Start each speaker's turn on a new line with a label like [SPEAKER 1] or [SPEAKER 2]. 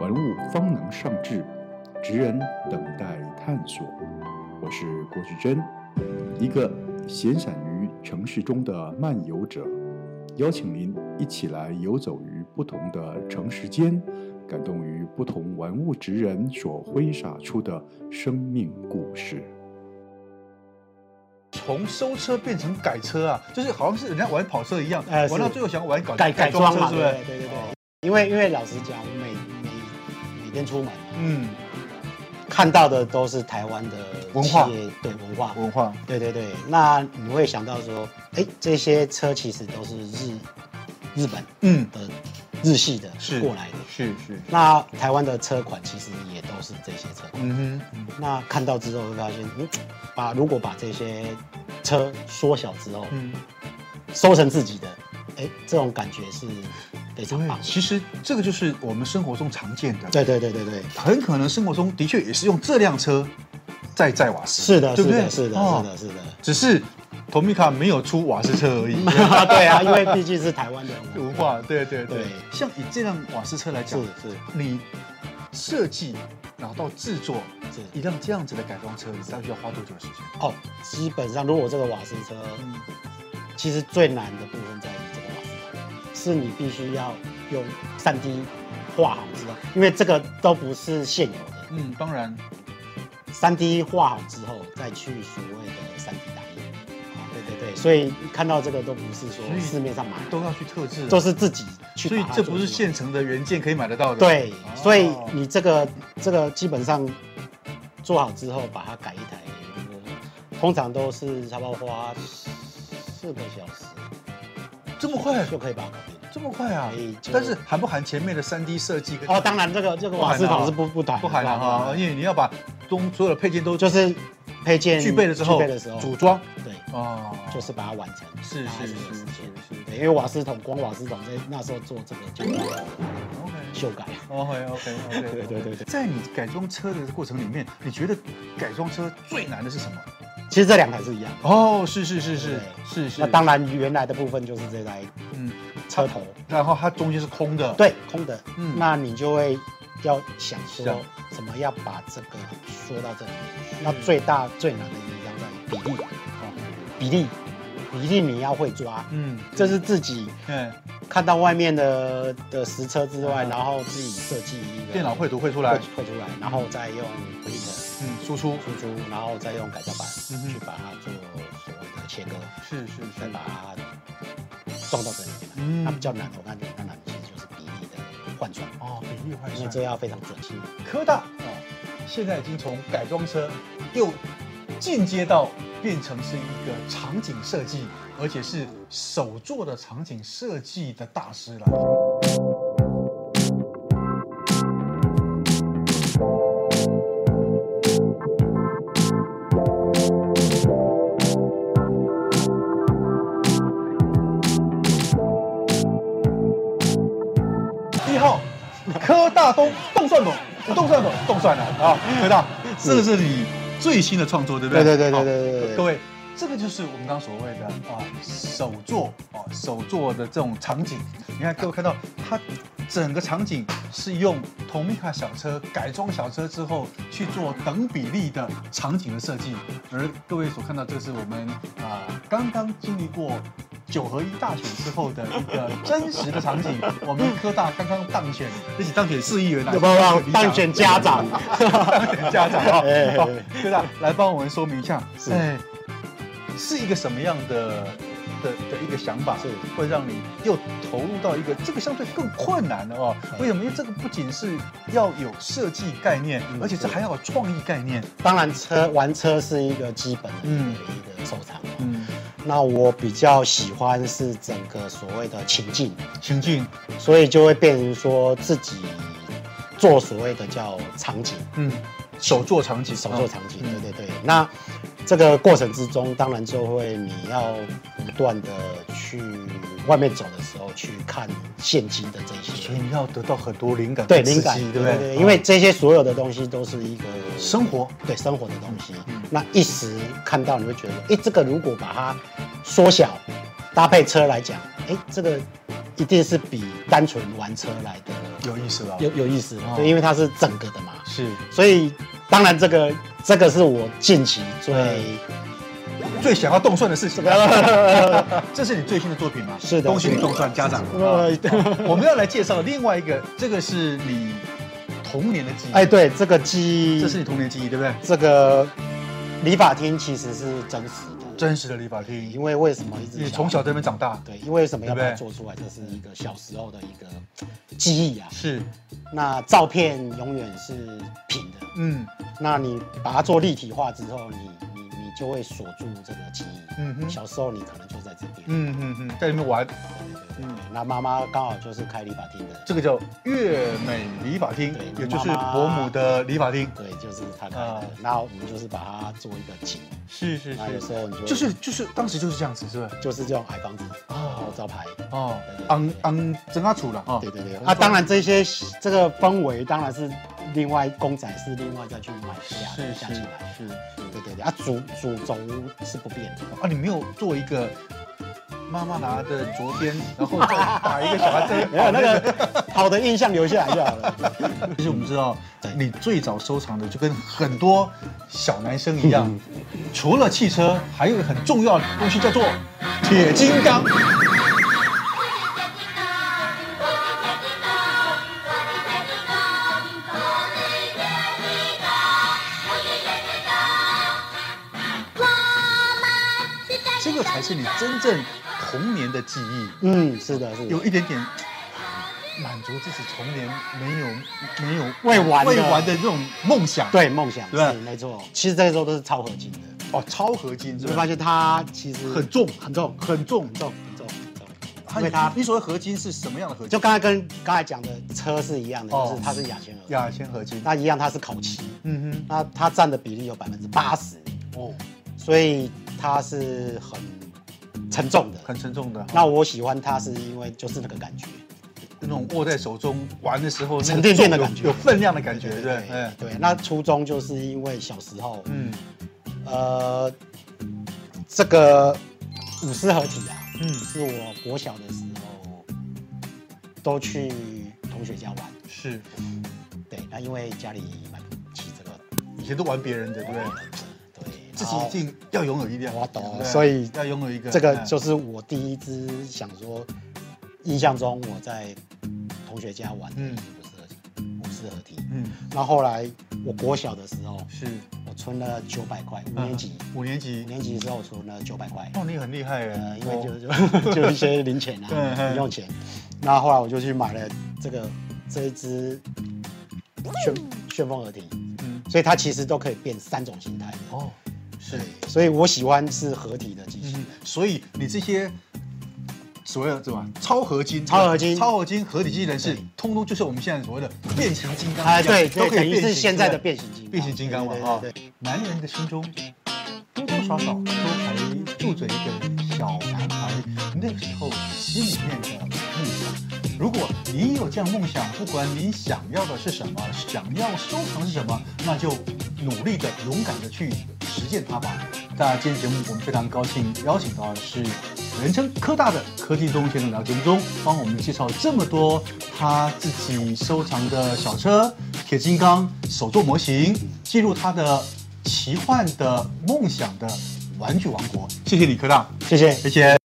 [SPEAKER 1] 玩物方能上志，职人等待探索。我是郭旭珍，一个闲散于城市中的漫游者，邀请您一起来游走于不同的城市间，感动于不同玩物职人所挥洒出的生命故事。
[SPEAKER 2] 从收车变成改车啊，就是好像是人家玩跑车一样，
[SPEAKER 3] 呃
[SPEAKER 2] 玩到
[SPEAKER 3] 是
[SPEAKER 2] 最后想玩搞
[SPEAKER 3] 改改装嘛，
[SPEAKER 2] 车，是不是？哦
[SPEAKER 3] 对对对对对。因为因为老实讲，我每每每天出门
[SPEAKER 2] 嗯，
[SPEAKER 3] 看到的都是台湾的
[SPEAKER 2] 文化
[SPEAKER 3] 企业对文化，
[SPEAKER 2] 文化，
[SPEAKER 3] 对对对。那你会想到说，哎，这些车其实都是日日本
[SPEAKER 2] 嗯，
[SPEAKER 3] 的日系的
[SPEAKER 2] 是
[SPEAKER 3] 过来的。
[SPEAKER 2] 是是，
[SPEAKER 3] 那台湾的车款其实也都是这些车款。
[SPEAKER 2] 嗯哼，
[SPEAKER 3] 那看到之后会发现，嗯，把如果把这些车缩小之后，
[SPEAKER 2] 嗯，
[SPEAKER 3] 收成自己的，哎，这种感觉是非常棒
[SPEAKER 2] 对，
[SPEAKER 3] 的。
[SPEAKER 2] 其实这个就是我们生活中常见的，
[SPEAKER 3] 对对对对对，
[SPEAKER 2] 很可能生活中的确也是用这辆车在载瓦斯，
[SPEAKER 3] 是的，
[SPEAKER 2] 对
[SPEAKER 3] 是
[SPEAKER 2] 不对？
[SPEAKER 3] 的，是
[SPEAKER 2] 哦
[SPEAKER 3] 的，是的，是的。
[SPEAKER 2] 只是 Tomica 没有出瓦斯车而已。
[SPEAKER 3] 对啊，因为毕竟是台湾的
[SPEAKER 2] 文化，对对对
[SPEAKER 3] 对，
[SPEAKER 2] 像以这辆瓦斯车来
[SPEAKER 3] 是
[SPEAKER 2] 讲，
[SPEAKER 3] 是
[SPEAKER 2] 你设计然后到制作
[SPEAKER 3] 是
[SPEAKER 2] 一辆这样子的改装车，你大概需要花多久的时间？
[SPEAKER 3] 哦。基本上，如果这个瓦斯车，
[SPEAKER 2] 嗯
[SPEAKER 3] 其实最难的部分在于这个瓦斯车，是你必须要用3 D 画好之后，因为这个都不是现有的，
[SPEAKER 2] 嗯，当然，
[SPEAKER 3] 三 D 画好之后，再去所谓的三 D 打印。啊，对对对，所以看到这个都不是说
[SPEAKER 2] 所以
[SPEAKER 3] 市面上买，
[SPEAKER 2] 都要去特制，啊
[SPEAKER 3] 都是自己去
[SPEAKER 2] 所以
[SPEAKER 3] 把它
[SPEAKER 2] 这
[SPEAKER 3] 做
[SPEAKER 2] 不是
[SPEAKER 3] 出来
[SPEAKER 2] 现成的原件可以买得到的。
[SPEAKER 3] 对
[SPEAKER 2] 哦，
[SPEAKER 3] 所以你这个这个基本上做好之后，把它改一台，呃通常都是差不多花四个小时
[SPEAKER 2] 这么快，
[SPEAKER 3] 就可以把它搞定了。
[SPEAKER 2] 这么快啊
[SPEAKER 3] 所以！就
[SPEAKER 2] 但是含不含前面的三 D 设计跟
[SPEAKER 3] 哦，当然这个这个
[SPEAKER 2] 不含
[SPEAKER 3] 瓦斯
[SPEAKER 2] 啊
[SPEAKER 3] 桶是不不谈
[SPEAKER 2] 不含了
[SPEAKER 3] 不
[SPEAKER 2] 哈，
[SPEAKER 3] 含
[SPEAKER 2] 因为你要把中所有的配件都
[SPEAKER 3] 就是配件
[SPEAKER 2] 具备了之后，
[SPEAKER 3] 具备的时候，
[SPEAKER 2] 组装
[SPEAKER 3] 对，
[SPEAKER 2] 哦，
[SPEAKER 3] 就是把它完成。
[SPEAKER 2] 是
[SPEAKER 3] 大概
[SPEAKER 2] 是
[SPEAKER 3] 这个
[SPEAKER 2] 是
[SPEAKER 3] 时间
[SPEAKER 2] 是是
[SPEAKER 3] 对，因为瓦斯桶光瓦斯桶在那时候做这个就修改。
[SPEAKER 2] OK OK OK OK
[SPEAKER 3] 对对对对
[SPEAKER 2] 在你改装车的过程里面，你觉得改装车最难的是什么？
[SPEAKER 3] 其实这两台是一样的。
[SPEAKER 2] 哦，是是是是
[SPEAKER 3] 对
[SPEAKER 2] 是是，
[SPEAKER 3] 那当然，原来的部分就是这台
[SPEAKER 2] 嗯，
[SPEAKER 3] 车头，
[SPEAKER 2] 然后它中间是空的，，
[SPEAKER 3] 对，空的，
[SPEAKER 2] 嗯
[SPEAKER 3] 那你就会要想
[SPEAKER 2] 想
[SPEAKER 3] 说怎么样把这个说到这里。那
[SPEAKER 2] 嗯
[SPEAKER 3] 最大最难的一样在于比例，哦比例，比例你要会抓，
[SPEAKER 2] 嗯
[SPEAKER 3] 这是自己
[SPEAKER 2] 嗯，
[SPEAKER 3] 看到外面的的实车之外，
[SPEAKER 2] 嗯
[SPEAKER 3] 然后自己设计一个
[SPEAKER 2] 电脑绘图绘出
[SPEAKER 3] 会
[SPEAKER 2] 来，
[SPEAKER 3] 会出来，然后再用 print
[SPEAKER 2] 嗯，输出
[SPEAKER 3] 输出，然后再用改造板
[SPEAKER 2] 嗯哼嗯
[SPEAKER 3] 去把它做所谓的切割，
[SPEAKER 2] 是是
[SPEAKER 3] 再
[SPEAKER 2] 是，
[SPEAKER 3] 把它装到这里面来。
[SPEAKER 2] 嗯
[SPEAKER 3] 那比较难的，我看比较难的其实就是比例的换算。
[SPEAKER 2] 哦，比例换
[SPEAKER 3] 因为
[SPEAKER 2] 算
[SPEAKER 3] 这。要非常准心。
[SPEAKER 2] 科大啊、现在已经从改装车又进阶到变成是一个场景设计，而且是手做的场景设计的大师了。一号，科大东动算懂，动算懂，动算了 啊！科大，这个是你最新的创作，对不对？
[SPEAKER 3] 对对
[SPEAKER 2] 好
[SPEAKER 3] 对对对对对对
[SPEAKER 2] 各位。这个就是我们刚刚所谓的啊手作啊手作的这种场景，你看各位看到它整个场景是用 Tomica 小车改装小车之后去做等比例的场景的设计，而各位所看到这是我们啊刚刚经历过九合一大选之后的一个真实的场景，我们科大刚刚当选，一起当选市议员来，
[SPEAKER 3] 不不，当选家长，
[SPEAKER 2] 当选家长啊，
[SPEAKER 3] 哎
[SPEAKER 2] 好科大来帮我们说明一下，
[SPEAKER 3] 是
[SPEAKER 2] 哎，是一个什么样的的的一个想法，
[SPEAKER 3] 是
[SPEAKER 2] 会让你又投入到一个这个相对更困难的哦？
[SPEAKER 3] 哎
[SPEAKER 2] 为什么？因为这个不仅是要有设计概念，
[SPEAKER 3] 嗯
[SPEAKER 2] 而且这
[SPEAKER 3] 对
[SPEAKER 2] 还要有创意概念。
[SPEAKER 3] 当然车玩车是一个基本的
[SPEAKER 2] 嗯
[SPEAKER 3] 一个收藏。
[SPEAKER 2] 嗯，
[SPEAKER 3] 那我比较喜欢是整个所谓的情境，
[SPEAKER 2] 情境，
[SPEAKER 3] 所以就会变成说自己做所谓的叫场景，
[SPEAKER 2] 嗯，手作场景，
[SPEAKER 3] 手做场景。
[SPEAKER 2] 嗯
[SPEAKER 3] 对对对，那这个过程之中，当然就会你要不断的去外面走的时候去看现今的这些
[SPEAKER 2] 所以你哦要得到很多灵感
[SPEAKER 3] 对
[SPEAKER 2] 跟刺
[SPEAKER 3] 灵
[SPEAKER 2] 激，
[SPEAKER 3] 感，
[SPEAKER 2] 对不
[SPEAKER 3] 对
[SPEAKER 2] 对？
[SPEAKER 3] 对，因为这些所有的东西都是一个
[SPEAKER 2] 生活，
[SPEAKER 3] 对生活的东西
[SPEAKER 2] 嗯。
[SPEAKER 3] 那一时看到你会觉得，哎，这个如果把它缩小，搭配车来讲，哎，这个一定是比单纯玩车来的
[SPEAKER 2] 有意思了，
[SPEAKER 3] 有有意思
[SPEAKER 2] 哦，
[SPEAKER 3] 对，因为它是整个的嘛，
[SPEAKER 2] 是
[SPEAKER 3] 所以当然这个这个是我近期最、
[SPEAKER 2] 最想要动算的 事情。
[SPEAKER 3] 呃
[SPEAKER 2] 这是你最新的作品吗？
[SPEAKER 3] 是的
[SPEAKER 2] 恭喜你动算家长。啊
[SPEAKER 3] 呃
[SPEAKER 2] 我们要来介绍另外一个，这个是你童年的记忆。
[SPEAKER 3] 哎，，对，这个记忆，
[SPEAKER 2] 这是你童年记忆，对不对？
[SPEAKER 3] 这个理发厅其实是真实的，
[SPEAKER 2] 真实的理发厅，
[SPEAKER 3] 因为为什么一直
[SPEAKER 2] 你
[SPEAKER 3] 想
[SPEAKER 2] 从小在那边长大，
[SPEAKER 3] 对，因为为什么要把它
[SPEAKER 2] 对不
[SPEAKER 3] 做出来，这是一个小时候的一个记忆啊。
[SPEAKER 2] 是，
[SPEAKER 3] 那照片永远是平的，
[SPEAKER 2] 嗯
[SPEAKER 3] 那你把它做立体化之后，你你你就会锁住这个记忆。
[SPEAKER 2] 嗯哼
[SPEAKER 3] 小时候你可能就在这边，
[SPEAKER 2] 嗯嗯嗯，在里面玩，嗯
[SPEAKER 3] 嗯，那妈妈刚好就是开理发厅的，
[SPEAKER 2] 这个叫月美理发厅
[SPEAKER 3] 对，
[SPEAKER 2] 也就是
[SPEAKER 3] 妈妈
[SPEAKER 2] 伯母的理发厅。
[SPEAKER 3] 对，就是她开
[SPEAKER 2] 啊
[SPEAKER 3] 的。那我们就是把它做一个景，
[SPEAKER 2] 是是
[SPEAKER 3] 那有时
[SPEAKER 2] 是，
[SPEAKER 3] 候你就
[SPEAKER 2] 哎就是就是当时就是这样子，是不是？
[SPEAKER 3] 就是这种矮房子，然后
[SPEAKER 2] 哦
[SPEAKER 3] 招牌，
[SPEAKER 2] 哦
[SPEAKER 3] 对对，
[SPEAKER 2] 昂昂整阿楚了啊
[SPEAKER 3] 对，对对。
[SPEAKER 2] 没
[SPEAKER 3] 啊，
[SPEAKER 2] 错
[SPEAKER 3] 当然这些这个氛围当然是另外公仔是另外再去买下
[SPEAKER 2] 是
[SPEAKER 3] 下
[SPEAKER 2] 是
[SPEAKER 3] 进来，
[SPEAKER 2] 是。
[SPEAKER 3] 对对对。啊，主主轴是不变的，
[SPEAKER 2] 啊，你没有做一个妈妈拿的竹鞭，然 后再打一个小孩子。
[SPEAKER 3] 没有那个好的印象留下来就好了。
[SPEAKER 2] 其实我们知道，你最早收藏的就跟很多小男生一样
[SPEAKER 3] 嗯，
[SPEAKER 2] 除了汽车，还有一个很重要的东西叫做铁金刚。这个才是你真正童年的记忆。
[SPEAKER 3] 嗯，是的，是的
[SPEAKER 2] 有。一点点满足自己童年没有没有
[SPEAKER 3] 未完的
[SPEAKER 2] 未完的这种梦想。
[SPEAKER 3] 对，梦想
[SPEAKER 2] 对吧
[SPEAKER 3] 是没错。其实这些时候都是超合金的，
[SPEAKER 2] 哦，超合金
[SPEAKER 3] 你
[SPEAKER 2] 是
[SPEAKER 3] 会
[SPEAKER 2] 吧
[SPEAKER 3] 发？现它其实
[SPEAKER 2] 很重
[SPEAKER 3] 很重、
[SPEAKER 2] 很重
[SPEAKER 3] 很，重、很重、很重。
[SPEAKER 2] 它
[SPEAKER 3] 因为它
[SPEAKER 2] 你所谓合金是什么样的合金？
[SPEAKER 3] 就刚才跟刚才讲的车是一样的，
[SPEAKER 2] 哦
[SPEAKER 3] 就是它是亚铅合金，
[SPEAKER 2] 亚铅合金。
[SPEAKER 3] 那一样它是烤漆，
[SPEAKER 2] 嗯
[SPEAKER 3] 那它占的比例有百分之八十，
[SPEAKER 2] 哼，哦，
[SPEAKER 3] 所以它是很沉重的。
[SPEAKER 2] 很沉重的，
[SPEAKER 3] 那我喜欢它是因为就是那个感觉，
[SPEAKER 2] 那种握在手中玩的时候，
[SPEAKER 3] 沉甸甸的
[SPEAKER 2] 那个
[SPEAKER 3] 感觉
[SPEAKER 2] 有有分量的感觉，对，
[SPEAKER 3] 对
[SPEAKER 2] 哎，
[SPEAKER 3] 对。那初衷就是因为小时候，
[SPEAKER 2] 嗯
[SPEAKER 3] 呃，这个五四合体啊，
[SPEAKER 2] 嗯，
[SPEAKER 3] 是我国小的时候都去同学家玩，
[SPEAKER 2] 是，
[SPEAKER 3] 对，那因为家里买不起这个，
[SPEAKER 2] 以前都玩别人的，对不对？
[SPEAKER 3] 对，
[SPEAKER 2] 自己一定要拥有一辆，
[SPEAKER 3] 我懂
[SPEAKER 2] 对不对
[SPEAKER 3] 所以
[SPEAKER 2] 要拥有一个
[SPEAKER 3] 然后这个
[SPEAKER 2] 哎
[SPEAKER 3] 就是我第一支想说，印象中我在同学家玩的
[SPEAKER 2] 嗯
[SPEAKER 3] 五四合体，五四合体。
[SPEAKER 2] 嗯
[SPEAKER 3] 那后来我国小的时候，
[SPEAKER 2] 是
[SPEAKER 3] 我存了九百块，五
[SPEAKER 2] 嗯
[SPEAKER 3] 年级，
[SPEAKER 2] 五年
[SPEAKER 3] 五
[SPEAKER 2] 级，
[SPEAKER 3] 年级的时候我存了九百块，
[SPEAKER 2] 哦，你很厉害哎
[SPEAKER 3] 呃，，因为
[SPEAKER 2] 哦
[SPEAKER 3] 就 就就一些零钱
[SPEAKER 2] 嗯
[SPEAKER 3] 啊，
[SPEAKER 2] 嗯
[SPEAKER 3] 零用钱。那后来我就去买了这个这一只旋旋风耳体，
[SPEAKER 2] 嗯
[SPEAKER 3] 所以它其实都可以变三种形态的。
[SPEAKER 2] 哦，是，
[SPEAKER 3] 对所以我喜欢是合体的机型。
[SPEAKER 2] 嗯，所以你这些所谓的什么超合金、
[SPEAKER 3] 超合金
[SPEAKER 2] 超合金合体技能是
[SPEAKER 3] 对，
[SPEAKER 2] 通通就是我们现在所谓的变形金刚一样，
[SPEAKER 3] 哎，对，
[SPEAKER 2] 都
[SPEAKER 3] 对，
[SPEAKER 2] 可
[SPEAKER 3] 等
[SPEAKER 2] 以
[SPEAKER 3] 于
[SPEAKER 2] 变
[SPEAKER 3] 是
[SPEAKER 2] 形
[SPEAKER 3] 现在的
[SPEAKER 2] 对
[SPEAKER 3] 变形金刚
[SPEAKER 2] 变形金刚嘛
[SPEAKER 3] 对
[SPEAKER 2] 哈
[SPEAKER 3] 对对对。
[SPEAKER 2] 男人的心中多多少少都还住着一个小男孩那时候心里面的梦想。如果你有这样梦想，不管你想要的是什么，想要收藏是什么，那就努力的、勇敢的去实践它吧。那今天节目我们非常高兴邀请到的是人称科大的柯继东先生来到节目中，帮我们介绍这么多他自己收藏的小车、铁金刚、手作模型，记录他的奇幻的梦想的玩具王国。谢谢你，科大，
[SPEAKER 3] 谢谢
[SPEAKER 2] 谢。谢。